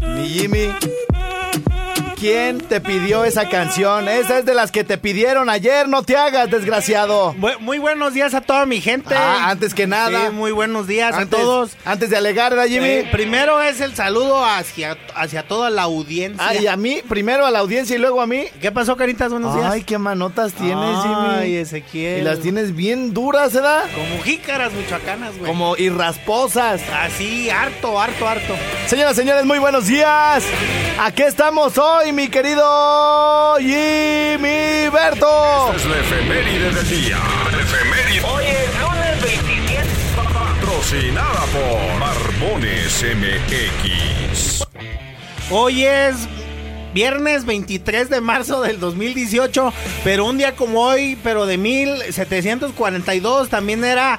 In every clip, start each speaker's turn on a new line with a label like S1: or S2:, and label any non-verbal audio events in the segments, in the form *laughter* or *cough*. S1: Mi Jimmy, ¿quién te pidió esa canción? Esa es de las que te pidieron ayer, no te hagas, desgraciado.
S2: Bu- Muy buenos días a toda mi gente.
S1: Ah, antes que nada.
S2: Sí, muy buenos días
S1: Antes-
S2: a todos.
S1: Antes de alegar, ¿verdad, Jimmy?
S2: Eh, primero es el saludo hacia, hacia toda la audiencia.
S1: Ay, Ah, a mí, primero a la audiencia y luego a mí.
S2: ¿Qué pasó, Caritas? Buenos días.
S1: Ay, qué manotas tienes,
S2: Ay,
S1: Jimmy.
S2: Ezequiel.
S1: Y las tienes bien duras, ¿verdad?
S2: Como jícaras michoacanas, güey.
S1: Como y rasposas.
S2: Así, harto, harto, harto.
S1: Señoras, señores, muy buenos días. Aquí estamos hoy, mi querido Jimmy Berto.
S3: Es la efeméride del día. Efeméride. Hoy es lunes 27. Patrocinada por Barbones MX.
S2: Hoy es viernes 23 de marzo del 2018, pero un día como hoy, pero de 1742, también era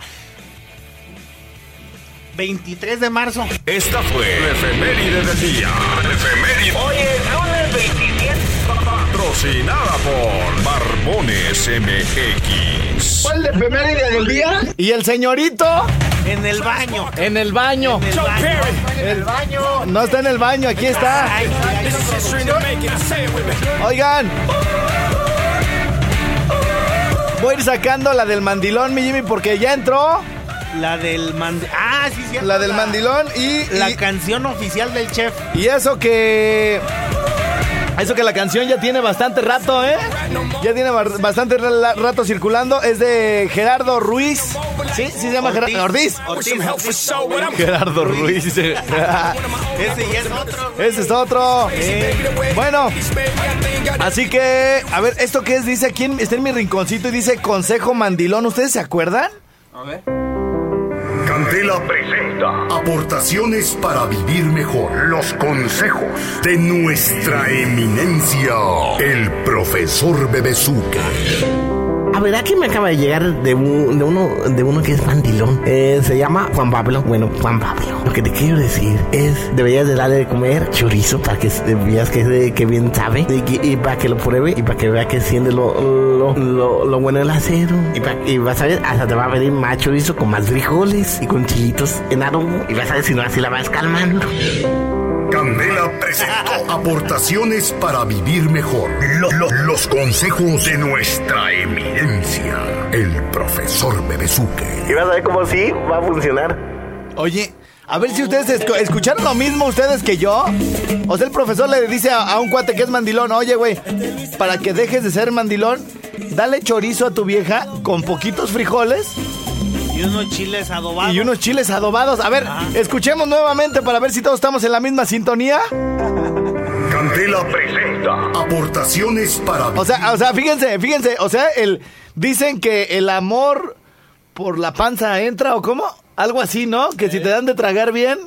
S2: 23 de marzo.
S3: Esta fue la efeméride del día. Efeméride. Hoy es lunes 27. Patrocinada por Barbones MX.
S4: ¿Cuál de efeméride del día?
S1: Y el señorito
S2: En el baño.
S1: en el baño.
S2: En el baño.
S1: No está en el baño, aquí está.
S2: Ay, ay,
S1: Oigan. Voy a ir sacando la del mandilón, mi Jimmy, porque ya entró
S2: la del mandilón. Ah, sí, cierto.
S1: la del mandilón y,
S2: La
S1: y-
S2: canción oficial del chef.
S1: y eso que... Eso que la canción ya tiene bastante rato, ¿eh? Ya tiene bar- bastante ra- rato circulando. Es de Gerardo Ruiz. ¿Sí? ¿Sí se llama Gerardo Ortiz?
S2: Ortiz. Ortiz.
S1: Gerardo Ruiz. *laughs* dice.
S2: Ese ya es otro. güey.
S1: Ese es otro. Bueno, así que, a ver, ¿esto qué es? Dice aquí, en- está en mi rinconcito y dice Consejo Mandilón. ¿Ustedes se acuerdan?
S5: Candela presenta aportaciones para vivir mejor. Los consejos de nuestra eminencia, el profesor Bebezuca.
S6: A verdad que me acaba de llegar de, un- de uno de uno que es mandilón. Eh, se llama Juan Pablo. Bueno, Juan Pablo. Lo que te quiero decir es, deberías de darle de comer chorizo para que se- veas que, se- que bien sabe y, que- y para que lo pruebe y para que vea que siente lo, lo, lo- lo bueno del acero. Y, pa- y vas a ver, hasta te va a venir más chorizo con más frijoles y con chilitos en adobo. Y vas a ver si no así la vas calmando.
S5: Candela presentó aportaciones para vivir mejor. Lo- lo- los consejos de nuestra eminencia, el profesor Bebezuque.
S6: Y vas a ver cómo sí va a funcionar.
S1: Oye, a ver si ustedes escu- escucharon lo mismo ustedes que yo. O sea, el profesor le dice a, a un cuate que es mandilón, oye, güey, para que dejes de ser mandilón, dale chorizo a tu vieja con poquitos frijoles
S2: Y unos chiles adobados.
S1: y unos chiles adobados. A ver, escuchemos nuevamente para ver si todos estamos en la misma sintonía.
S5: Candela presenta aportaciones para
S1: O sea, o sea, fíjense, fíjense, o sea, el dicen que el amor por la panza entra o cómo? Algo así, ¿no? Que si te dan de tragar bien,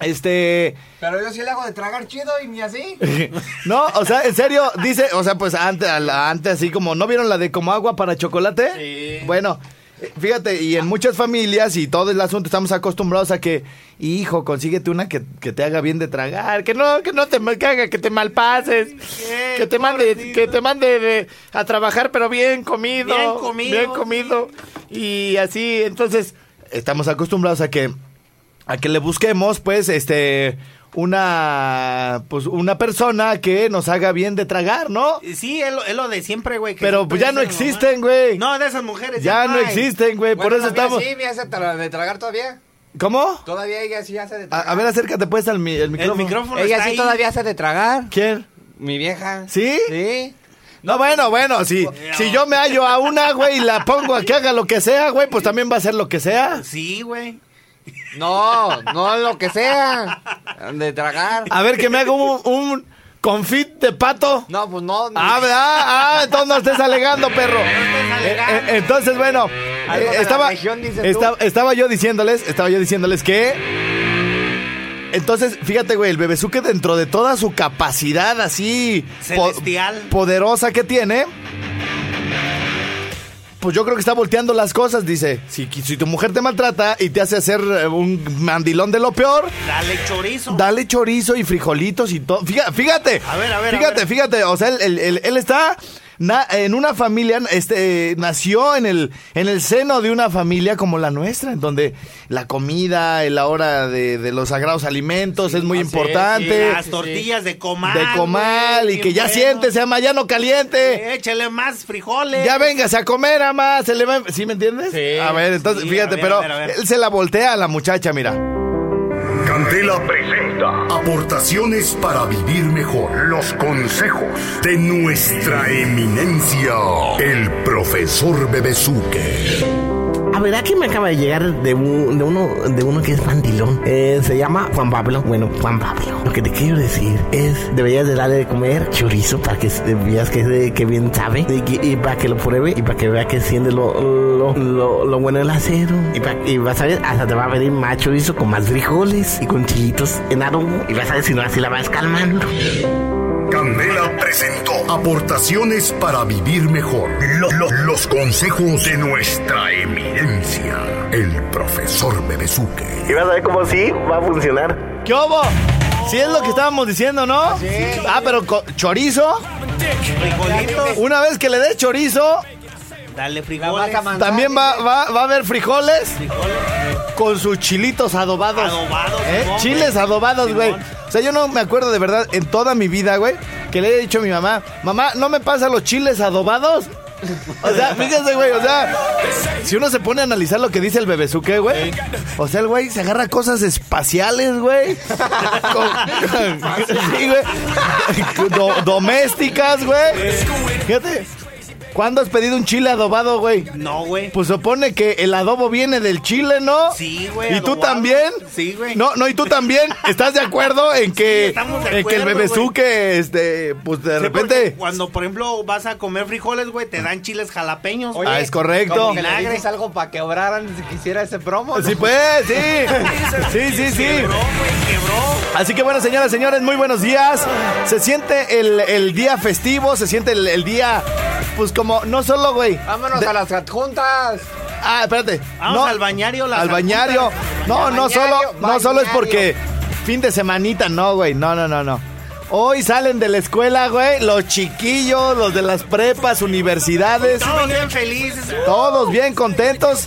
S1: este,
S4: Pero yo sí le hago de tragar chido y ni así.
S1: no, o sea, en serio, dice, o sea, pues antes antes así como no vieron la de como agua para chocolate? Bueno, eh, Fíjate, y en muchas familias y todo el asunto estamos acostumbrados a que, hijo, consíguete una que, que te haga bien de tragar, que no, que no te mal- que haga, que te malpases, que te mande, que te mande de- a trabajar, pero bien comido,
S2: Bien comido.
S1: bien comido, y así, entonces, estamos acostumbrados a que, a que le busquemos, pues, este, una, pues, una persona que nos haga bien de tragar, ¿no?
S2: Eh, Sí, es lo, es lo de siempre, güey. que
S1: Pero
S2: siempre
S1: pues ya no
S2: dicen,
S1: existen, güey.
S2: No, de esas mujeres.
S1: Ya no
S2: hay.
S1: existen, güey, por eso estamos...
S4: Sí, me hace tra- de tragar todavía.
S1: ¿Cómo?
S4: Todavía ella sí hace de
S1: A,
S4: tragar.
S1: a ver, acércate pues al mi- el
S2: El
S1: micrófono.
S2: micrófono
S4: ella
S2: está
S4: sí
S2: ahí.
S4: todavía hace de tragar.
S1: ¿Quién?
S4: Mi vieja.
S1: ¿Sí?
S4: Sí.
S1: No, bueno, bueno, si, si yo me hallo a una, güey, y la pongo a que haga lo que sea, güey, pues también va a hacer lo que sea.
S2: Sí, güey.
S4: No, no lo que sea. De tragar.
S1: A ver, que me haga un, un confit de pato.
S4: No, pues no.
S1: Ah, ¿verdad? Ah, entonces no estés alegando, perro.
S2: estés
S1: Eh, eh,
S2: alegando.
S1: entonces, bueno, eh,
S4: Algo de la
S1: estaba,
S4: región, dices
S1: esta- estaba yo diciéndoles, estaba yo diciéndoles que. Entonces, fíjate, güey, el bebesuque dentro de toda su capacidad así po-
S2: Celestial.
S1: poderosa que tiene. Pues yo creo que está volteando las cosas, dice. Si, si tu mujer te maltrata y te hace hacer eh, un mandilón de lo peor,
S2: Dale chorizo.
S1: Dale chorizo y frijolitos y todo. Fíjate, fíjate.
S2: A ver, a ver, a
S1: Fíjate,
S2: ver.
S1: fíjate. O sea, él, él- él- él está na- en una familia, este, nació en el, en el seno de una familia como la nuestra, en donde la comida, la hora de, de los sagrados alimentos es muy
S4: así es,
S1: importante.
S2: Las tortillas de comal.
S1: de comal
S2: güey,
S1: y
S2: bien
S1: que ya
S2: bueno.
S1: siente, se llama ya no caliente.
S2: Échale más frijoles.
S1: Ya véngase a comer, ama, se le va... ¿Sí me entiendes?
S4: Sí,
S1: a ver, entonces,
S2: sí,
S1: fíjate,
S2: a ver,
S1: pero
S2: a ver, a ver.
S1: él se la voltea a la muchacha, mira.
S5: Candela
S3: Presenta.
S5: Aportaciones para vivir mejor. Los consejos de nuestra eminencia, el profesor Bebesuque.
S6: A ver, aquí me acaba de llegar de, un- de uno de uno que es mandilón. Eh, se llama Juan Pablo. Bueno, Juan Pablo. Lo que te quiero decir es, deberías de darle de comer chorizo para que se- veas que, que bien sabe y, que- y para que lo pruebe y para que vea que siente lo, lo, lo- lo bueno el acero. Y, pa- y vas a ver, hasta te va a venir más chorizo con más frijoles y con chilitos en adobo. Y vas a ver si no, así la vas calmando.
S5: Candela presentó aportaciones para vivir mejor. Lo- lo- los consejos de nuestra eminencia, el profesor Bebesuque.
S6: Y vas a ver cómo sí va a funcionar.
S1: ¿Qué hubo? Si es lo que estábamos diciendo, ¿no? Ah, pero co- chorizo.
S2: Frijolitos.
S1: Una vez que le des chorizo,
S2: Dale
S4: La
S2: frijoles.
S4: vaca manzana.
S1: también va, va, va a haber frijoles con sus chilitos adobados.
S2: Adobados,
S1: ¿Eh?
S2: Simón,
S1: Chiles
S2: güey.
S1: adobados, güey.
S2: Simón.
S1: O sea, yo no me acuerdo de verdad en toda mi vida, güey, que le haya dicho a mi mamá, mamá, ¿no me pasa los chiles adobados? O
S2: *laughs*
S1: sea, fíjense, güey, o sea, si uno se pone a analizar lo que dice el bebezuque, güey, o sea, el güey se agarra cosas espaciales, güey. Con- sí, güey. Do- domésticas, güey. Fíjate, ¿cuándo has pedido un chile adobado, güey?
S2: No, güey.
S1: Pues supone que el adobo viene del chile, ¿no?
S2: Sí, güey,
S1: ¿Y tú
S2: adobado.
S1: también?
S2: Sí, güey.
S1: No, no, ¿y tú también? ¿Estás de acuerdo en que,
S2: estamos de
S1: en que el
S2: acuerdo,
S1: bebezuque, este, pues de
S2: Sí, porque
S1: repente...
S2: Cuando, por ejemplo, vas a comer frijoles, güey, te dan chiles jalapeños.
S4: Oye,
S1: Ah, es correcto.
S4: como que le dices algo para que obraran si quisiera ese promo. ¿no?
S1: *laughs* Sí, pues,
S2: *laughs*
S1: sí. Sí, sí, sí.
S2: Quebró, güey, quebró.
S1: Así que bueno, señoras, señores, muy buenos días. Se siente el, el día festivo, se siente el, el día, pues como, no solo, güey.
S4: Vámonos
S1: de-
S4: a las adjuntas.
S1: Ah, espérate.
S2: Vamos al bañario, las
S1: al bañario. No, no
S4: Bañario,
S1: solo, no solo es
S4: bañario.
S1: porque fin de semanita, no, güey. No, no, no, no. Hoy salen de la escuela, güey, los chiquillos, los de las prepas, universidades,
S2: Todos bien felices.
S1: todos bien contentos.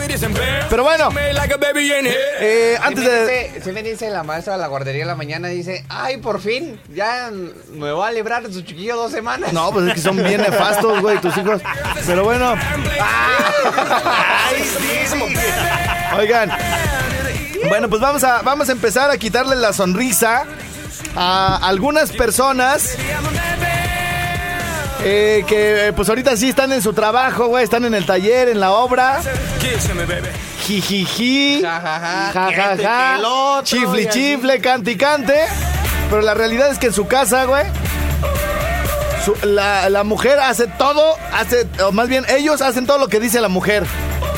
S1: Pero bueno, eh, antes
S4: sí me,
S1: de...
S4: dice, sí me dice la maestra de la guardería en la mañana, dice, ay, por fin, ya me voy a librar de su chiquillo dos semanas.
S1: No, pues es que son bien nefastos, güey, tus hijos. Pero bueno,
S2: *laughs* Ay, sí, sí.
S1: Oigan. Bueno, pues vamos a, vamos a empezar a quitarle la sonrisa a algunas personas. eh, que eh, pues ahorita sí están en su trabajo, güey, están en el taller, en la obra. Jijiji,
S4: Jajaja,
S1: jajaja,
S2: que el otro, y
S1: chifli
S2: así.
S1: chifle, cante y cante. Pero la realidad es que en su casa, güey, su- la, la mujer hace todo, hace, o más bien ellos hacen todo lo que dice la mujer.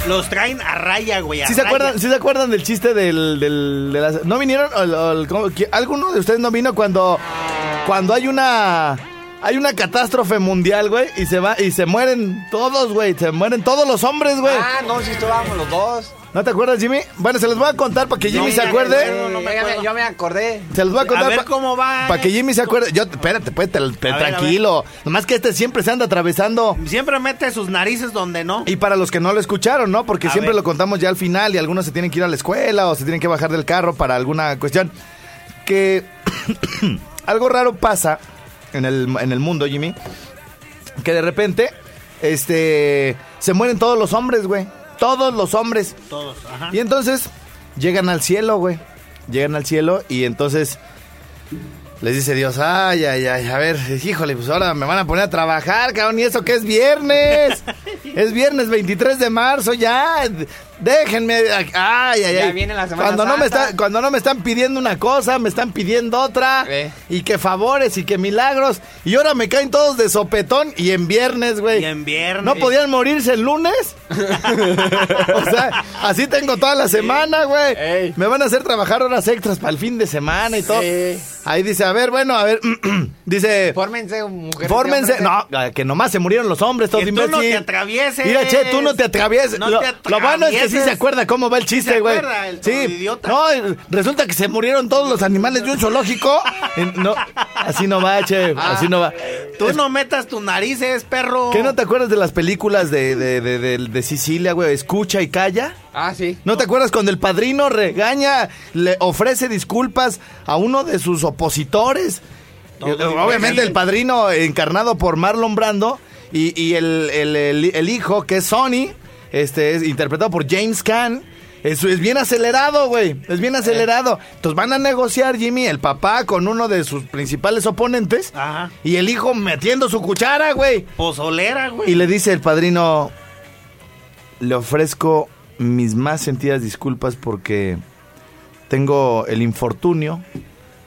S2: Los traen a raya, güey. a
S1: ¿Sí se,
S2: raya.
S1: acuerdan, sí se acuerdan del chiste del... del- de las- ¿No vinieron? O el- o el- ¿cómo? ¿Qui- ¿Alguno de ustedes no vino cuando, cuando hay una... Hay una catástrofe mundial, güey, y se va y se mueren todos, güey, se mueren todos los hombres, güey.
S4: Ah, no, si estábamos los dos.
S1: ¿No te acuerdas, Jimmy? Bueno, se los voy a contar para que Jimmy
S2: No,
S1: se
S2: ya,
S1: acuerde.
S2: ya, ya, no me
S4: Yo ya
S2: acuerdo.
S4: yo me acordé.
S1: Se los voy a
S2: A
S1: contar
S2: ver
S1: para
S2: cómo va. eh.
S1: que Jimmy se acuerde. Yo, espérate, pues, te- te-
S2: a ver.
S1: tranquilo. Nomás que este siempre se anda atravesando.
S2: Siempre mete sus narices donde no.
S1: Y para los que no lo escucharon, ¿no? Porque
S2: A
S1: siempre
S2: ver.
S1: lo contamos ya al final y algunos se tienen que ir a la escuela o se tienen que bajar del carro para alguna cuestión. Que *coughs* algo raro pasa en el, en el mundo, Jimmy. Que de repente, este, se mueren todos los hombres, güey. Todos los hombres.
S2: Todos, ajá.
S1: Y entonces llegan al cielo, güey. Llegan al cielo y entonces les dice Dios, ay, ay, ay, a ver, híjole, pues ahora me van a poner a
S4: *laughs*
S1: trabajar, cabrón, y eso que es viernes. es viernes 23 de marzo, ya. Déjenme. Ay, ay, ay.
S4: Ya viene la Semana
S1: cuando no me
S4: Santa.
S1: está- Cuando no me están pidiendo una cosa, me están pidiendo otra.
S4: Eh.
S1: Y que favores y que milagros. Y ahora me caen todos de sopetón y en viernes, güey.
S2: Y en viernes.
S1: ¿No podían morirse el lunes? *laughs* o sea, así tengo toda la semana, güey.
S4: Ey.
S1: Me van a hacer trabajar horas extras para el fin de semana y todo.
S4: Sí.
S1: Ahí dice, a ver, bueno, a ver. *clears throat* dice.
S4: Fórmense, mujeres. y
S1: Fórmense.
S4: hombres, ¿eh?
S1: No, que nomás se murieron los hombres, todos
S2: Que tú no
S1: imbécil.
S2: te atravieses.
S1: Mira, che, tú no te atravieses.
S2: No
S1: lo,
S2: te
S1: lo bueno es que sí
S2: atravieses.
S1: se acuerda cómo va el chiste,
S2: se
S1: güey.
S2: acuerda, el
S1: Sí.
S2: idiota.
S1: No, el- resulta que se murieron todos los animales de un
S2: *laughs*
S1: zoológico. En- no, así no va, che. Así no va.
S2: Ah, Tú no metas tus narices, perro.
S1: ¿Qué no te acuerdas de las películas de, de, de, de- de Sicilia, güey? Escucha y calla.
S4: Ah, sí.
S1: ¿No te acuerdas cuando el padrino regaña, le ofrece disculpas a uno de sus opositores?
S2: Todo
S1: Eh, Obviamente
S2: diferente.
S1: el padrino encarnado por Marlon Brando y, y el, el- el- el hijo que es Sonny, este, es interpretado por James Caan. Es, es bien acelerado, güey. Es bien acelerado. Entonces van a negociar, Jimmy, el papá con uno de sus principales oponentes.
S2: Ajá.
S1: Y el hijo metiendo su cuchara, güey.
S2: Pozolera,
S1: Y
S2: güey.
S1: le dice el padrino, le ofrezco mis más sentidas disculpas porque tengo el infortunio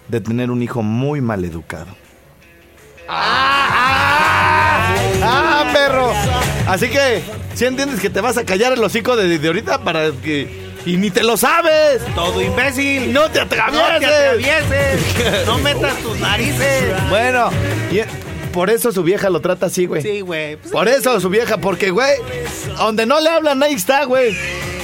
S1: de tener un hijo muy mal educado. ¡Ah, perro! Así que, si entiendes que te vas a callar el hocico de, de ahorita para que... Y ni te lo sabes.
S2: Todo imbécil.
S1: No te
S2: No te
S1: atravieses.
S2: atravieses. no metas tus narices.
S1: bueno, y- eh, por eso su vieja lo trata así, güey.
S2: Sí, güey. Pues,
S1: Por eso su vieja, porque, güey, donde no le hablan, ahí está, güey.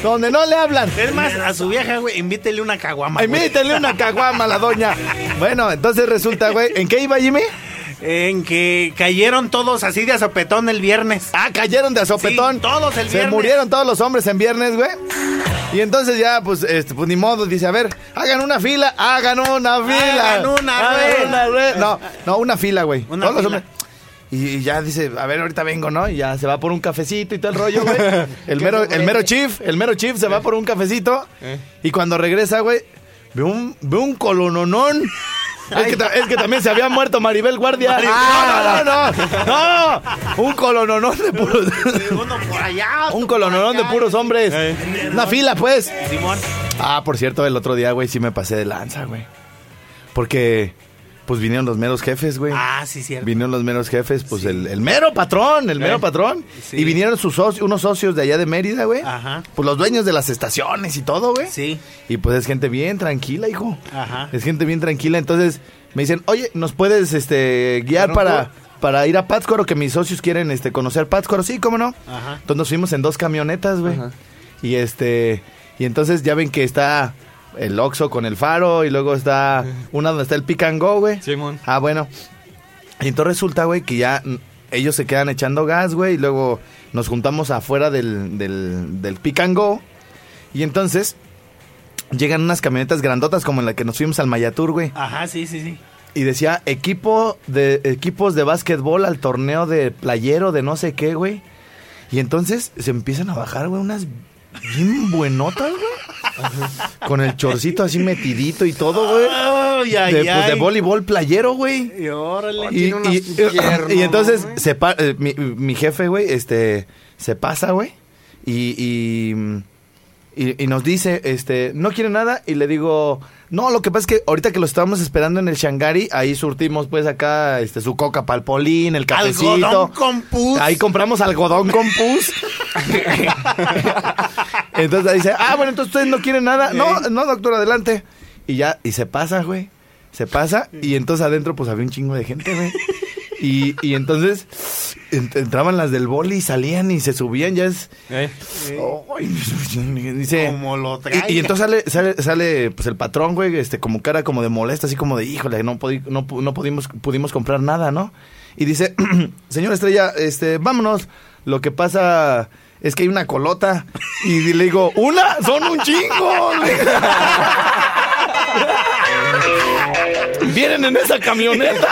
S1: Donde no le hablan.
S2: Es más, a su vieja, güey, invítele una caguama.
S1: Ay,
S2: güey.
S1: métele una caguama a la doña. Bueno, entonces resulta, güey, ¿en qué iba Jimmy?
S2: En que cayeron todos así de azopetón el viernes.
S1: Ah, cayeron de azopetón.
S2: Sí, todos el
S1: Se
S2: viernes.
S1: murieron todos los hombres en viernes, güey. Y entonces ya, pues, este, pues ni modo, dice, a ver, hagan una fila, hagan una fila.
S2: Hagan una red.
S1: red. No, no, una fila, güey.
S2: Una
S1: Todos los
S2: fila.
S1: hombres. Y, y ya dice, a ver, ahorita vengo, ¿no? Y ya se va por un cafecito y todo el rollo,
S2: *laughs*
S1: güey. El mero, el mero chief, el mero chief
S2: Eh.
S1: se va por un cafecito. Y cuando regresa, güey, ve un, ve un
S2: *laughs*
S1: colononón. Es que, ta- es que también se había muerto Maribel Guardia. Ah, no, no, no, no. Un colononón de puros.
S2: Uno por allá.
S1: Un
S2: otro por
S1: colononón de
S2: allá.
S1: puros hombres. Una fila, pues.
S2: Simón.
S1: Ah, por cierto, el otro día, güey, sí me pasé de lanza, güey. Porque, pues vinieron los meros jefes, güey.
S2: Ah, sí, cierto.
S1: Vinieron los meros jefes, pues el, el mero patrón, el mero patrón.
S2: Sí.
S1: Y vinieron sus socios, unos socios de allá de Mérida, güey.
S2: Ajá.
S1: Pues los dueños de las estaciones y todo, güey.
S2: Sí.
S1: Y pues es gente bien tranquila, hijo.
S2: Ajá.
S1: Es gente bien tranquila. Entonces me dicen, oye, ¿nos puedes este guiar
S4: un
S1: para,
S4: tour?
S1: para ir a Pátzcuaro? Que mis socios quieren este conocer Pátzcuaro. Sí, cómo no.
S2: Ajá.
S1: Entonces nos fuimos en dos camionetas, güey. Y este. Y entonces ya ven que está el Oxxo con el faro. Y luego está una donde está el Pick and Go, güey.
S4: Simón.
S1: Ah, bueno. Y entonces resulta, güey, que ya mm, ellos se quedan echando gas, güey, y luego nos juntamos afuera del, del, del Pick and Go. Y entonces llegan unas camionetas grandotas como en la que nos fuimos al Mayatur, güey.
S2: Ajá, sí, sí, sí.
S1: Y decía, equipo de, equipos de básquetbol al torneo de playero de no sé qué, güey. Y entonces se empiezan a bajar, güey, unas bien buenotas, güey. Con el chorcito así metidito y todo, güey.
S2: Ay, ay,
S1: De, pues,
S2: ay.
S1: de voleibol playero, güey.
S2: Oh, Y órale.
S1: Y,
S4: Tiene unas
S1: y-
S4: piernas,
S1: y entonces
S4: güey.
S1: se pa- eh, mi, mi jefe, güey, este, se pasa, güey, y, y, y- y nos dice, este, no quiere nada, y le digo, no, lo que pasa es que ahorita que lo estábamos esperando en el Shangari, ahí surtimos, pues, acá, este, su coca palpolín, el cafecito.
S2: Algodón con pus.
S1: Ahí compramos algodón con pus. entonces dice, ah, bueno, entonces ustedes no quieren nada. No, no, doctor, adelante. Y ya, y se pasa, güey. Se pasa. Y entonces adentro, pues había un chingo de gente, güey. Y, y entonces ent- entraban las del boli y salían y se subían, ya es. Ay, dice,
S2: Como lo traiga.
S1: y, y entonces sale, sale, sale pues el patrón, güey, este, como cara como de molesta, así como de, híjole, no, podi- no, pu- no pudimos, pudimos comprar nada, ¿no? Y dice, *clears throat* señor Estrella, este, vámonos, lo que pasa es que hay una colota. Y le digo, ¿una? ¡Son un chingo! *laughs* Le digo. Vienen en esa camioneta.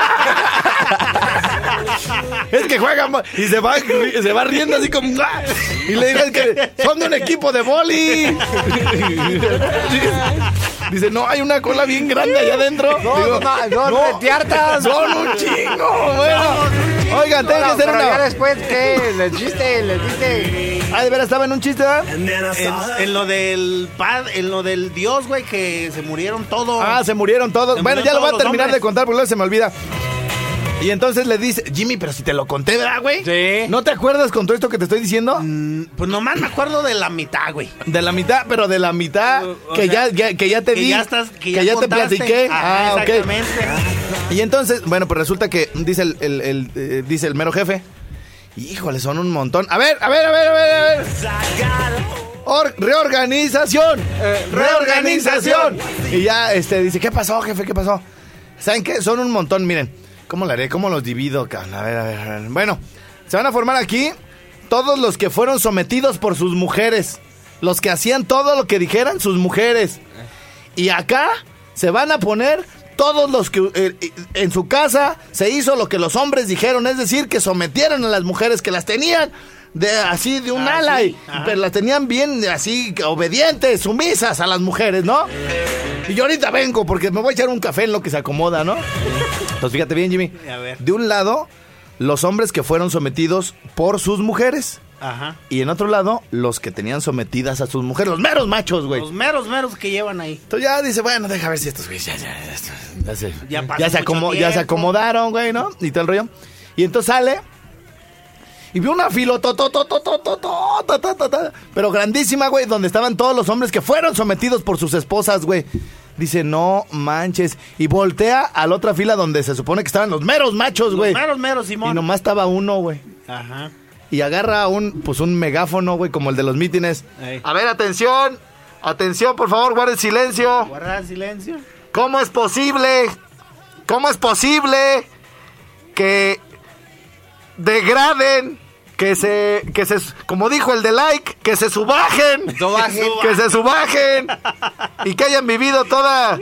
S1: Es que juegan ma- y se va, ri- se va riendo así como. ¡ah! Y le digo, es que son de un equipo de boli. *laughs* Dice, no, hay una cola bien grande allá adentro. Digo,
S4: No, no, no,
S1: no.
S4: no, te hartas.
S1: Son un chingo, bueno. Oigan, tengo que hacer
S4: pero ya
S1: una.
S4: después, ¿qué? Le chiste, le chiste.
S1: Ah, de veras estaba en un chiste, ¿verdad?
S2: En, en lo del padre, en lo del dios, güey, que se murieron todos.
S1: Ah, se murieron todos.
S2: Se
S1: bueno,
S2: murieron
S1: ya lo voy a
S2: todos los
S1: terminar de
S2: hombres.
S1: contar porque luego se me olvida. Y entonces le dice, Jimmy, pero si te lo conté, ¿verdad, güey?
S2: Sí.
S1: ¿No te acuerdas con todo esto que te estoy diciendo?
S2: Mm, Pues nomás me acuerdo de la mitad, güey.
S1: De la mitad, pero de la mitad
S2: O- o
S1: que,
S2: sea,
S1: ya, ya- que ya te
S2: que
S1: di.
S2: ya estás, que, ya
S1: ya te
S2: contaste.
S1: platiqué. ah,
S2: Ajá,
S1: ok.
S2: Exactamente.
S1: Y entonces, bueno, pues resulta que dice el, el- el, eh, dice el mero jefe. Híjole, son un montón. A ver, a ver, a ver, a ver, a ver. Or- reorganización.
S4: Eh,
S1: reorganización. Y ya este dice, ¿qué pasó, jefe? ¿Qué pasó? ¿Saben qué? Son un montón, miren. ¿Cómo lo haré? ¿Cómo los divido, cabrón? A ver, a ver, a ver. Bueno, se van a formar aquí todos los que fueron sometidos por sus mujeres. Los que hacían todo lo que dijeran sus mujeres. Y acá se van a poner todos los que eh, eh, en su casa se hizo lo que los hombres dijeron, es decir, que sometieron a las mujeres que las tenían de así de un
S2: Ah,
S1: ala,
S2: sí,
S1: y-
S2: ajá.
S1: pero las tenían bien así obedientes, sumisas a las mujeres, ¿no? Y yo ahorita vengo porque me voy a echar un café en lo que se acomoda, ¿no? Entonces fíjate bien, Jimmy.
S2: A ver.
S1: De un lado, los hombres que fueron sometidos por sus mujeres.
S2: Ajá.
S1: Y en otro lado, los que tenían sometidas a sus mujeres, los meros machos, güey.
S2: Los meros, meros que llevan ahí.
S1: Entonces ya dice, bueno, deja ver si estos güeyes ya, ya, ya, estos- ya se,
S2: Ya pasó
S1: ya se
S2: mucho
S1: acomo- ya se
S2: tiempo.
S1: acomodaron, güey, ¿no? Y todo el rollo. Y entonces sale y vio una filo, pero grandísima, güey, donde estaban todos los hombres que fueron sometidos por sus esposas, güey. Dice, no manches. Y voltea a la otra fila donde se supone que estaban los meros machos, güey.
S2: Los meros, meros,
S1: Y
S2: Simón.
S1: nomás estaba uno, güey.
S2: Ajá.
S1: Y agarra un, pues un megáfono, güey, como el de los mítines.
S2: Ey.
S1: A ver, atención. Atención, por favor, guarden silencio.
S2: Guarda silencio.
S1: ¿Cómo es posible? ¿Cómo es posible que degraden, que se, que se, como dijo el de like, que se subajen,
S4: Subajen.
S1: que se subajen y que hayan vivido toda,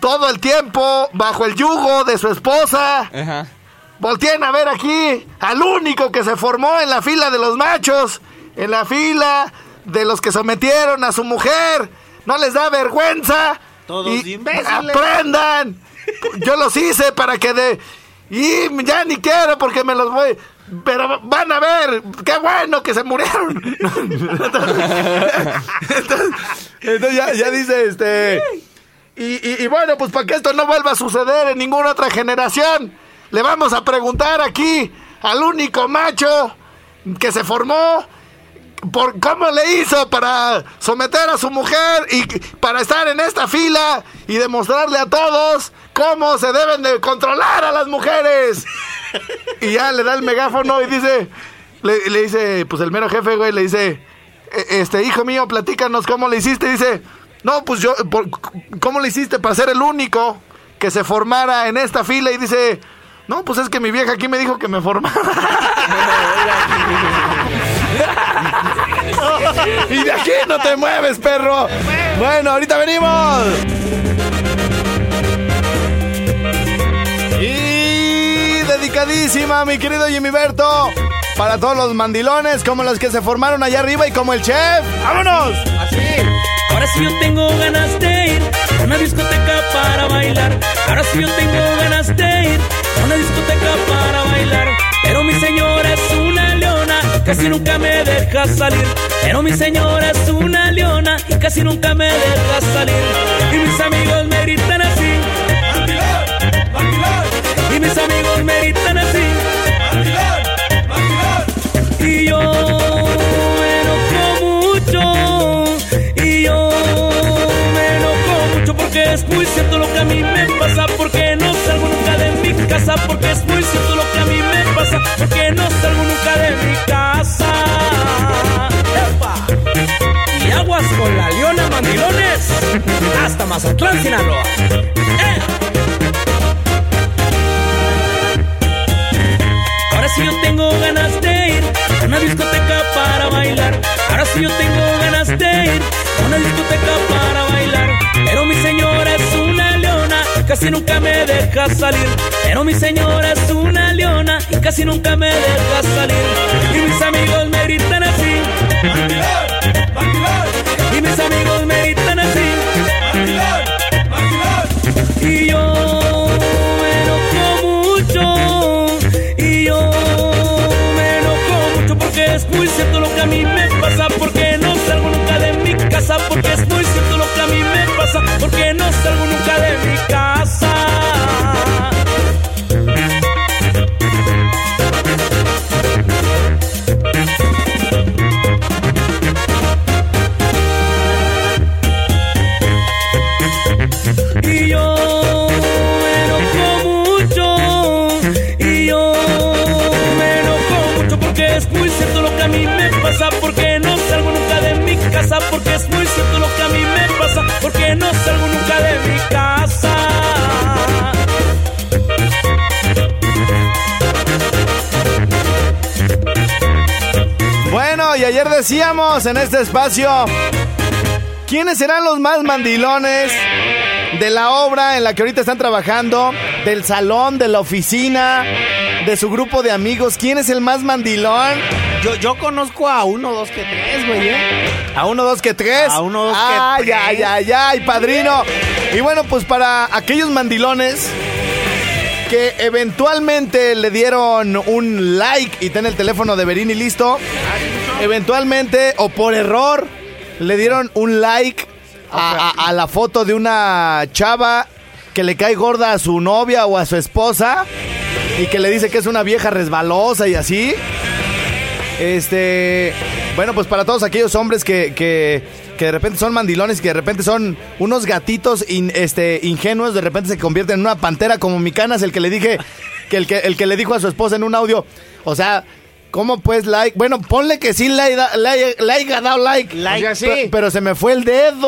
S1: todo el tiempo bajo el yugo de su esposa?
S4: Ajá.
S1: Volteen a ver aquí al único que se formó en la fila de los machos, en la fila de los que sometieron a su mujer. No les da vergüenza.
S2: Todos imbéciles.
S1: Aprendan. Yo los hice para que de y ya ni quiero porque me los voy. Pero van a ver, qué bueno que se murieron. *laughs* Entonces, entonces ya, ya dice este. Y, y- y bueno, pues para que esto no vuelva a suceder en ninguna otra generación, le vamos a preguntar aquí al único macho que se formó por cómo le hizo para someter a su mujer y para estar en esta fila y demostrarle a todos cómo se deben de controlar a las mujeres. Y ya le da el megáfono y dice, le, le dice, pues el mero jefe, güey, le dice, "E- este, hijo mío, platícanos cómo le hiciste. Dice, no, pues yo, por- ¿cómo le hiciste para ser el único que se formara en esta fila? Y dice, no, pues es que mi vieja aquí me dijo que me formara. *laughs* y de aquí no te mueves, perro. Bueno, ahorita venimos. Y dedicadísima, mi querido Jimmy Berto. Para todos los mandilones, como los que se formaron allá arriba y como el chef. ¡Vámonos!
S7: Ahora sí yo tengo ganas de ir a una discoteca para bailar. Ahora sí yo tengo ganas de ir a una discoteca para bailar. Pero mi señora es una leona y casi nunca me deja salir. Pero mi señora es una leona y casi nunca me deja salir. Y mis amigos me gritan así. Y mis amigos me gritan así. Y yo me enojo mucho. Y yo me enojo mucho porque es muy cierto lo que a mí me pasa. Porque no salgo nunca de mi casa. Porque es muy cierto lo que a mí me pasa. Porque no salgo nunca de mi casa. ¡Epa! Y aguas con la leona, mandilones. Hasta Mazatlán, Sinaloa. ¡Eh! Ahora sí yo tengo ganas de ir a una discoteca para bailar. Ahora sí yo tengo ganas de ir a una discoteca para bailar. Pero mi señora es una leona y casi nunca me deja salir. Pero mi señora es una leona y casi nunca me deja salir. Y mis amigos me gritan así. Y mis amigos me gritan así.
S1: y ayer decíamos en este espacio, ¿quiénes serán los más mandilones de la obra en la que ahorita están trabajando, del salón, de la oficina, de su grupo de amigos? ¿Quién es el más mandilón?
S2: Yo, yo conozco
S1: Ah,
S2: a uno, dos, que tres, güey, ¿eh?
S1: A uno, dos, que tres.
S2: A uno, dos, que
S1: ay,
S2: tres.
S1: Ay, ay, ay, padrino. Y bueno, pues para aquellos mandilones que eventualmente le dieron un like y ten el teléfono de Berini listo. Eventualmente, o por error, le dieron un like a, a- a la foto de una chava que le cae gorda a su novia o a su esposa y que le dice que es una vieja resbalosa y así. Este. Bueno, pues para todos aquellos hombres que, que, que de repente son mandilones, que de repente son unos gatitos in- este, ingenuos, de repente se convierten en una pantera como mi canas, el que le dije, que el que, el que le dijo a su esposa en un audio. O sea, ¿cómo pues like? Bueno, ponle que sí le ha like, like, ha dado like.
S2: Like.
S1: Pe- Pero, se me fue el dedo.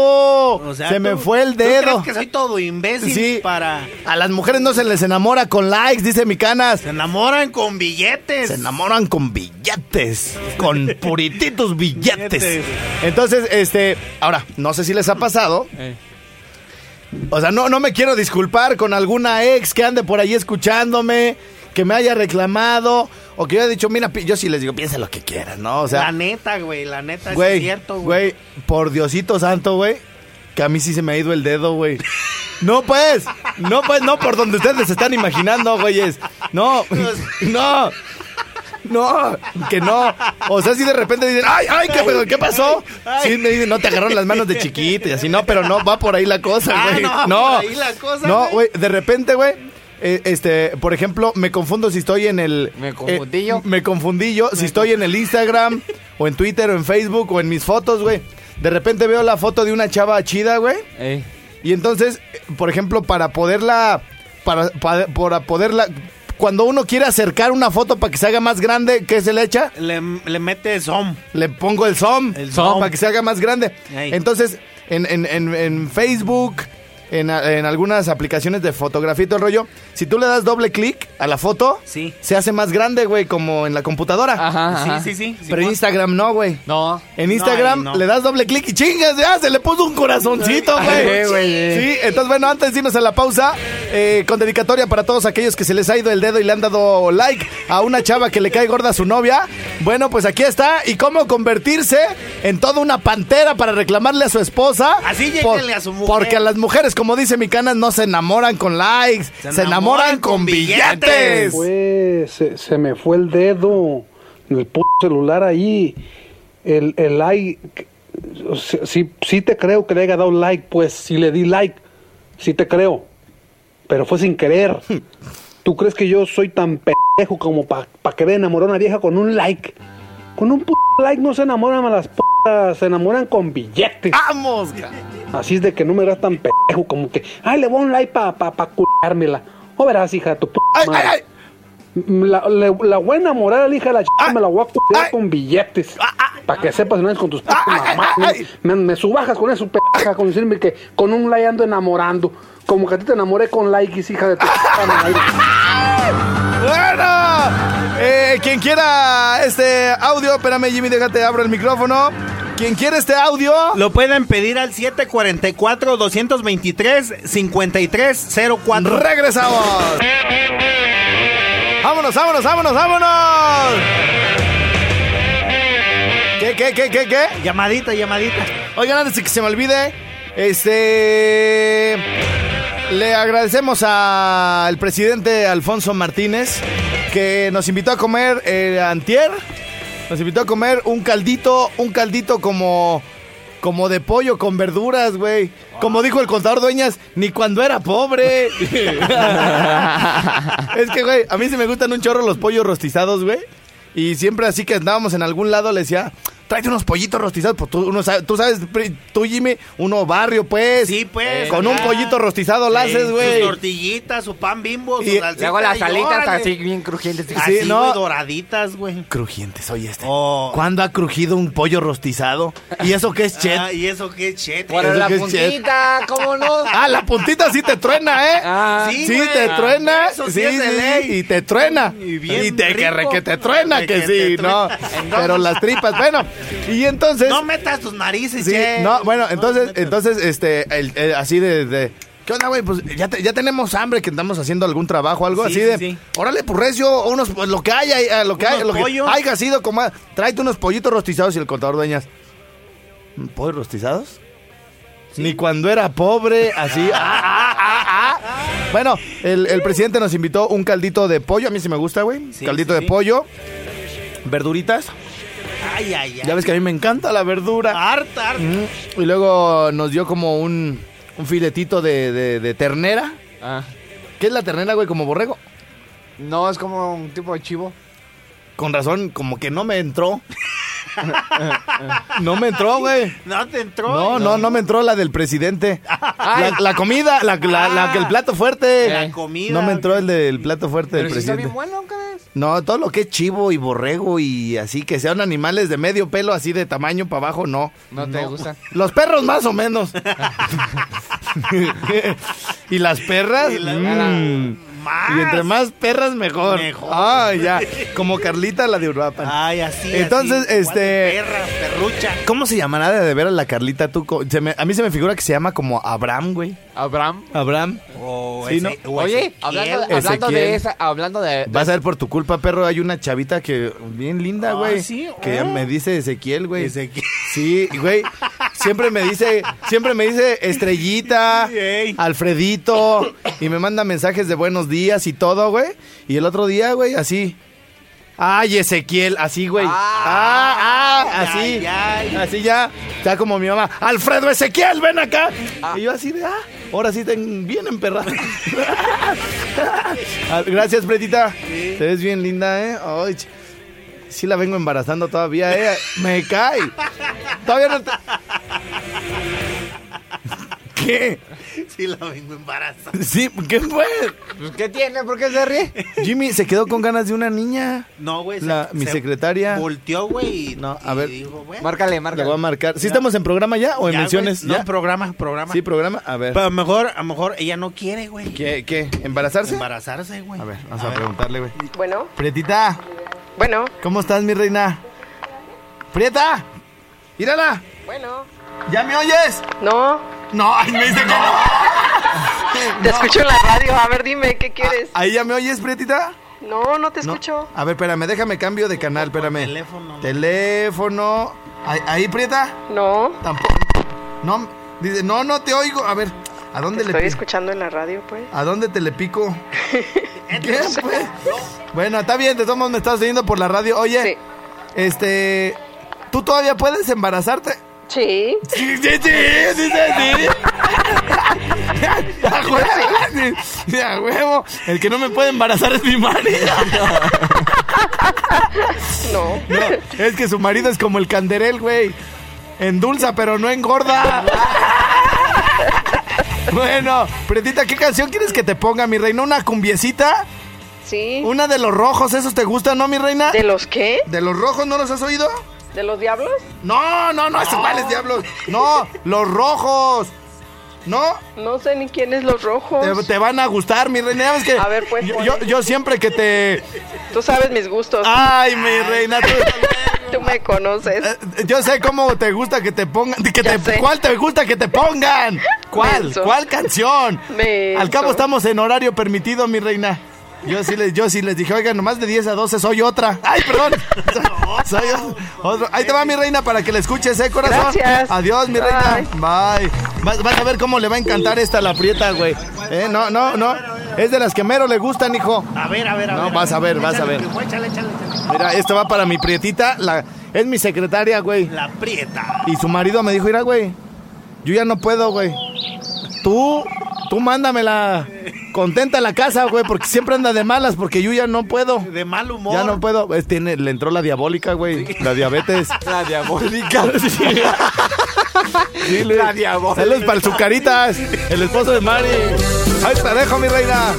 S2: O sea,
S1: se me
S2: tú-
S1: fue el
S2: ¿tú crees
S1: dedo.
S2: que soy todo imbécil
S1: Sí.
S2: para...
S1: A las mujeres no se les enamora con likes, dice mi canas.
S2: Se enamoran con billetes.
S1: Se enamoran con billetes, con *laughs* purititos billetes. Entonces, este, ahora, no sé si les ha pasado. O sea, no, no me quiero disculpar con alguna ex que ande por ahí escuchándome, que me haya reclamado, o que yo haya dicho, mira, pi- yo sí les digo, piensa lo que quieras, ¿no? O
S2: la
S1: sea,
S2: neta, güey, la neta sí
S1: güey,
S2: es cierto, güey.
S1: güey, por Diosito santo, güey, que a mí sí se me ha ido el dedo, güey. No, pues, no, pues, no, por donde ustedes se están imaginando, güeyes. No, no. No, que no. O sea, si de repente dicen, ay, ay, ¿qué, pedo? ¿Qué pasó? Sí, me dicen, no te agarraron las manos de chiquito y así, no, pero no, va por ahí la cosa,
S2: Ah,
S1: güey.
S2: no, va
S1: no,
S2: por ahí la cosa,
S1: no,
S2: güey.
S1: güey, de repente, güey. eh, este, por ejemplo, me confundo si estoy en el. eh,
S4: Me confundí yo.
S1: Me confundí yo, si estoy en el
S4: *laughs*
S1: Instagram, o en Twitter, o en Facebook, o en mis fotos, güey. De repente veo la foto de una chava chida, güey.
S4: Ey.
S1: Y entonces, eh, por ejemplo, para poderla, para, pa- para poderla, cuando uno quiere acercar una foto para que se haga más grande, ¿qué se le echa?
S2: Le, le mete som.
S1: Le pongo el zoom,
S2: El zoom.
S1: para que se haga más grande.
S2: Ey.
S1: Entonces, en, en- en- en Facebook, en, a- en algunas aplicaciones de fotografía y todo el rollo, si tú le das doble clic a la foto,
S2: Sí.
S1: se hace más grande, güey, como en la computadora.
S4: Ajá, ajá.
S2: Sí, sí, sí. sí,
S1: Pero en
S2: güey.
S1: Instagram no, güey.
S4: No.
S1: En
S2: No,
S1: Instagram
S2: ahí no.
S1: le das doble clic y chingas, ya se le puso un corazoncito,
S2: *laughs*
S4: Ay,
S1: güey.
S4: güey, eh.
S1: Sí, entonces bueno, antes de irnos a la pausa, eh, con dedicatoria para todos aquellos que se les ha ido el dedo y le han dado like a una chava que le cae gorda a su novia. Bueno, pues aquí está. ¿Y cómo convertirse en toda una pantera para reclamarle a su esposa?
S2: Así lléguenle a su mujer.
S1: Porque a las mujeres, como dice mi cana, no se enamoran con likes, se,
S2: Se
S1: enamoran
S2: enamoran
S1: con,
S2: con
S1: billetes.
S2: billetes.
S8: Pues se, se me fue el dedo, el p celular ahí, el, el like. o sea, Sí, sí te creo que le haya dado like, pues sí le di like, sí te creo, pero fue sin querer.
S1: Hmm.
S8: ¿Tú crees que yo soy tan pendejo como para querer enamorar a una vieja con un like? Con un p like no se enamoran a las p se enamoran con billetes.
S1: ¡Vamos! ca-
S8: Así es de que no me veas tan pendejo como que, ay, le voy a un like para pa, pa curármela. O verás, hija de tu p
S1: ¡Ay, ay,
S8: madre.
S1: ay!
S8: La, le- la voy a enamorar a la hija de la chica,
S1: Ay.
S8: me la voy a
S1: Ay.
S8: cuidar con billetes. Para que sepas, no es con tus p
S1: Ay, ay,
S8: mamás,
S1: ay,
S8: ¿no?
S1: ay.
S8: Me, me subajas con eso, pendeja, con decirme que con un like ando enamorando. Como que a ti te enamoré con likes, hija de tu puta madre.
S1: Bueno, eh, quien quiera este audio, espérame Jimmy, déjate, abro el micrófono. Quien quiera este audio,
S2: Lo pueden pedir al 744-223-5304.
S1: regresamos. Vámonos, vámonos, vámonos, vámonos. ¿Qué, qué, qué, qué, qué?
S2: Llamadita, llamadita.
S1: Oigan, antes de que se me olvide, este. Le agradecemos al presidente Alfonso Martínez que nos invitó a comer eh, antier. Nos invitó a comer un caldito, un caldito como. Como de pollo con verduras, güey. Como dijo el contador Dueñas, ni cuando era
S2: *laughs*
S1: pobre. es que, güey, a mí sí me gustan un chorro los pollos rostizados, güey. Y siempre así que andábamos en algún lado, le decía, tráete unos pollitos rostizados. Pues tú, uno sabe- tú sabes, pri- tú, Jimmy, uno barrio, pues.
S2: Sí, pues,
S1: Con un
S2: ya.
S1: pollito rostizado lo haces,
S2: Su
S1: güey.
S2: tortillita, su pan bimbo,
S1: Y-
S2: su salsita.
S4: Luego las
S2: y
S4: alitas
S2: órale.
S4: así bien crujientes.
S2: Así,
S1: Sí, no.
S2: güey, doraditas, güey.
S1: Crujientes, oye este.
S2: Oh.
S1: ¿Cuándo ha crujido un pollo rostizado? ¿Y eso qué es, Chet?
S2: Ah, y eso qué chet.
S4: Por
S1: Eso
S4: la
S1: que es chet.
S4: puntita,
S8: *laughs*
S4: ¿cómo no?
S1: Ah, la puntita sí te
S2: *laughs*
S1: truena, ¿eh?
S4: Ah.
S1: sí,
S2: Sí, güey. Ah,
S1: te truena.
S2: Eso
S1: Sí,
S2: sí es de
S1: sí,
S2: ley.
S1: y te truena.
S2: Y bien
S1: te, que,
S2: rico.
S1: re- que te truena,
S2: De
S1: que,
S2: que
S1: sí,
S2: te
S1: ¿no? *laughs*
S2: truena.
S1: Pero las tripas, bueno, Y entonces.
S2: No metas tus narices,
S1: Sí,
S2: che.
S1: no, bueno, entonces,
S2: metas.
S1: entonces, este, el- el- así de, de, ¿qué onda, güey? Pues ya, te- ya tenemos hambre, que andamos haciendo algún trabajo, algo
S2: Sí,
S1: así
S2: sí,
S1: de,
S2: sí.
S1: órale, pues recio, unos, pues, lo que haya, eh, lo que
S2: Unos
S1: haya, lo que
S2: pollos.
S1: haya sido, coma, tráete unos pollitos rostizados y el contador dueñas, ¿pollos rostizados? Ni cuando era pobre,
S2: *laughs*
S1: así. ah, ah, ah, ah. Bueno, el, el presidente nos invitó un caldito de pollo. A mí sí me gusta, güey.
S2: Sí,
S1: caldito
S2: sí,
S1: de
S2: sí.
S1: pollo, verduritas.
S2: Ay, ay, ay.
S1: Ya ves que a mí me encanta la verdura.
S2: Harta, harta.
S1: Mm, Y luego nos dio como un, un filetito de, de- de ternera.
S4: Ah.
S1: ¿Qué es la ternera, güey? Como borrego.
S4: No, es como un tipo de chivo.
S1: Con razón, como que no me entró. No me entró, güey.
S2: No te entró.
S1: No, no, no me entró la del presidente. La, la comida, la, la,
S4: Ah.
S1: la- el plato fuerte.
S2: La comida.
S1: No me entró el del plato fuerte del
S4: Pero sí está
S1: presidente.
S4: bien bueno, ¿qué es?
S1: No, todo lo que es chivo y borrego y así, que sean animales de medio pelo, así de tamaño para abajo, no.
S4: No te gusta.
S1: Los perros más o
S4: *laughs*
S1: menos. y las perras.
S2: Y la-
S1: mm.
S2: Más.
S4: Ah.
S1: Y entre más perras, mejor.
S2: Mejor.
S1: Ah, ya. Como Carlita, la de Uruapan.
S2: Ay, así.
S1: Entonces,
S2: así.
S1: este-
S2: Perra, perrucha.
S1: ¿Cómo se llamará de, de ver a la Carlita tú? co- se me- a mí se me figura que se llama como Abraham, güey.
S4: Abraham.
S1: Abraham.
S2: O
S1: Sí,
S2: ese-
S1: ¿no?
S2: o
S4: Oye,
S2: Ezequiel.
S4: hablando, hablando
S1: Ezequiel.
S4: de esa, hablando de... de-
S1: Vas a ver por tu culpa, perro. Hay una chavita que bien linda,
S2: Ah,
S1: güey.
S2: ¿sí?
S1: Que
S2: Ah.
S1: me dice Ezequiel, güey.
S2: Ezequiel.
S1: Sí, güey. Siempre me dice, siempre me dice Estrellita,
S2: Ey.
S1: Alfredito. Y me manda mensajes de buenos días y todo, güey. Y el otro día, güey, así. Ay, Ezequiel, así, güey. Ah, ah,
S2: ya,
S1: así.
S2: ya, ya.
S1: Así ya. Ya como mi mamá. Alfredo Ezequiel, ven acá. Y yo así de, ah, ahora sí ten bien emperrado. *laughs* Ah, Gracias, Pretita. Te ves bien linda, ¿eh? Ay, ch- sí la vengo embarazando todavía, ¿eh? Me cae. Todavía no te... ¿Qué?
S2: *laughs* Sí, la vengo embarazada.
S1: Sí, ¿qué fue?
S4: Pues, ¿Qué tiene? ¿Por qué se ríe?
S1: Jimmy se quedó con ganas de una niña.
S2: No, güey. se-
S1: La- mi
S2: se
S1: secretaria.
S2: Volteó, güey. y-
S1: No, a
S2: y
S1: ver.
S2: dijo, güey,
S4: Márcale,
S1: Le voy a
S4: márcale.
S1: marcar. ¿Sí estamos en programa ya o en
S2: ya,
S1: menciones?
S2: güey.
S1: ¿Ya?
S2: No, programa, programa.
S1: Sí, programa. A ver.
S2: Pero a lo mejor, a lo mejor ella no quiere, güey.
S1: ¿Qué? ¿Qué? ¿Embarazarse?
S2: Embarazarse, güey.
S1: A ver, vamos a, preguntarle, güey.
S9: Bueno,
S1: Prietita,
S9: bueno,
S1: ¿cómo estás, mi reina? ¡Prieta! ¡Mírala!
S9: bueno.
S1: ¿Ya me oyes?
S9: No,
S1: No, ay, me dice que
S9: *laughs*
S1: no.
S9: te escucho en la radio. A ver, dime, ¿qué quieres?
S1: ¿Ahí ya me oyes, Prietita?
S9: No, no te
S1: No.
S9: escucho.
S1: A ver, espérame, déjame cambio de canal, espérame.
S2: teléfono, ¿no?
S1: Teléfono. ¿Ahí, ahí, Prieta?
S9: No,
S1: Tampoco. No, dice, no, no te oigo. A ver, ¿a
S9: te
S1: dónde le
S9: estoy
S1: pi-
S9: escuchando en la radio, pues.
S1: ¿A dónde te le pico?
S9: *laughs*
S1: ¿Qué, pues? Bueno, está bien, de todos modos me estás oyendo por la radio. Oye,
S9: Sí.
S1: este. ¿Tú todavía puedes embarazarte?
S9: Sí,
S1: Sí, sí, sí, sí, sí, sí. A huevo, sí, sí, a huevo. El que no me puede embarazar es mi marido.
S9: no.
S1: No, es que su marido es como el canderel, güey. Endulza, pero no engorda. Bueno, Pretita, ¿qué canción quieres que te ponga, mi reina? ¿Una cumbiecita?
S9: Sí.
S1: ¿Una de los rojos? ¿Esos te gustan, no, mi reina?
S9: ¿De los qué?
S1: ¿De los rojos no los has oído?
S9: ¿De los diablos?
S1: No, no, no, esos males diablos. No, los rojos. ¿No?
S9: No sé ni quién es los rojos.
S1: Te, te van a gustar, mi reina. Ya ves que
S9: A ver, pues,
S1: Yo,
S9: pon.
S1: yo- yo siempre que te.
S9: Tú sabes mis gustos.
S1: Ay, mi reina. tú-
S9: Tú me conoces.
S1: eh, yo sé cómo te gusta que te pongan. que
S9: Ya
S1: te-
S9: sé.
S1: ¿Cuál te gusta que te pongan? ¿Cuál?
S9: Menso.
S1: ¿Cuál canción?
S9: Menso.
S1: Al cabo estamos en horario permitido, mi reina. Yo sí les, yo sí les dije, oigan, nomás de 10 a 12 soy otra. ¡Ay, perdón! *laughs* Soy, soy o- otro. Ahí te va, mi reina, para que la escuches, ¿eh, corazón?
S9: Gracias.
S1: Adiós, mi reina. Bye. Vas, vas a ver cómo le va a encantar esta a la prieta, güey. Eh, no, no, no. Es de las que mero le gustan, hijo.
S2: A ver, a ver, a
S1: No,
S2: ver.
S1: vas a ver, vas a
S2: Échale,
S1: ver.
S2: güey, Échale, échale, échale.
S1: Mira, esto va para mi prietita. La, es mi secretaria, güey.
S2: La prieta.
S1: Y su marido me dijo, mira, güey, yo ya no puedo, güey. Tú, tú mándamela contenta a la casa, güey, porque siempre anda de malas, porque yo ya no puedo.
S2: De mal humor.
S1: Ya no puedo. Es, tiene, le entró la diabólica, güey. La diabetes.
S4: *laughs* La diabólica.
S1: *laughs* Sí. Sí, le-
S4: *laughs* La diabólica.
S1: Saludos para el Zucaritas, el esposo de Mari. Ahí te dejo, mi reina.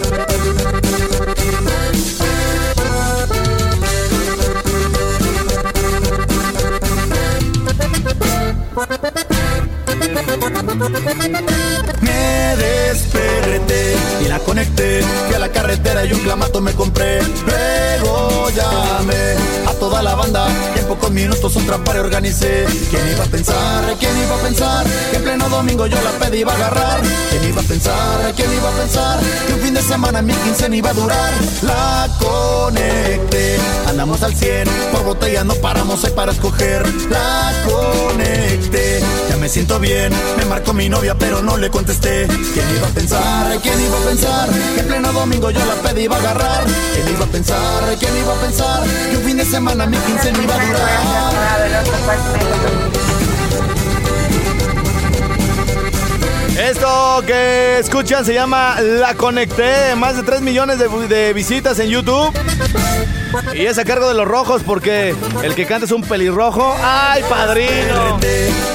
S7: Me desperté y la conecté. Fui a la carretera y un clamato me compré. Luego llamé a toda la banda. Y en pocos
S10: minutos un trapare organicé. ¿Quién iba a pensar? ¿Quién iba a pensar? Que en pleno domingo yo la pedí iba a agarrar. ¿Quién iba a pensar? ¿Quién iba a pensar? Que un fin de semana mi quincena iba a durar. La conecté, andamos al 100. Por botella no paramos, hay para escoger. La conecté, ya me siento bien. Me marcó mi novia, pero no le contesté. ¿Quién iba a pensar? ¿Quién iba a pensar? Que en pleno domingo yo la pedí iba a agarrar. ¿Quién iba a pensar? ¿Quién iba a pensar? Que un fin de semana mi quincena iba a durar.
S1: Esto que escuchan se llama La Conecté. Más de 3 millones de, de visitas en YouTube. Y es a cargo de los rojos porque el que canta es un pelirrojo. ¡Ay, padrino!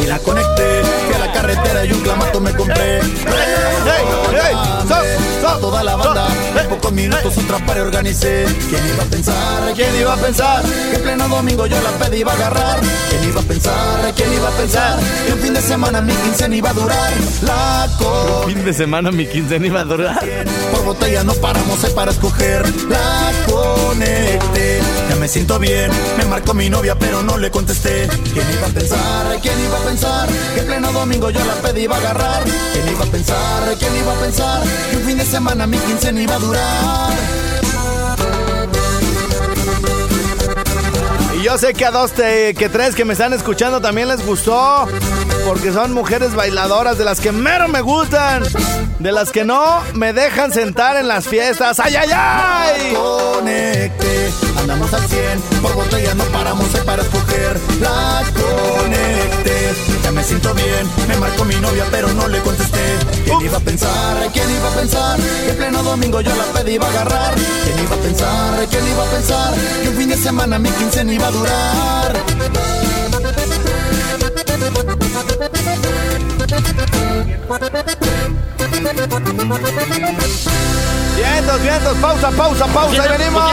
S10: Y la conecté, que a la carretera y un clamato me compré. Toda la banda, en pocos minutos un trapare organicé. ¿Quién iba a pensar? ¿Quién iba a pensar? Que en pleno domingo yo la pedí iba a agarrar. ¿Quién iba a pensar? ¿Quién iba a pensar? Que un fin de semana mi quincena iba a durar. La co
S1: Fin de semana mi quincena iba a durar.
S10: por botella no paramos, hay para escoger. La conecté, ya me siento bien. Me marcó mi novia, pero no le contesté. ¿Quién iba a pensar? ¿Quién iba a pensar? Que en pleno domingo yo la pedí iba a agarrar. ¿Quién iba a pensar? ¿Quién iba a pensar? Que un fin de semana mi quincena iba a durar.
S1: Y yo sé que a dos, te- que tres que me están escuchando también les gustó. Porque son mujeres bailadoras de las que mero me gustan. De las que no me dejan sentar en las fiestas. ¡Ay, ay, ay!
S10: Conecté, andamos al 100, por botella no paramos, hay para escoger. La conecté, ya me siento bien, me marcó mi novia pero no le contesté. ¿Quién iba a pensar? ¿Quién iba a pensar? Que en pleno domingo yo la pedí iba a agarrar. ¿Quién iba a pensar? ¿Quién iba a pensar? Que un fin de semana mi quincena iba a durar.
S1: Vientos, vientos, pausa, pausa, pausa, y venimos.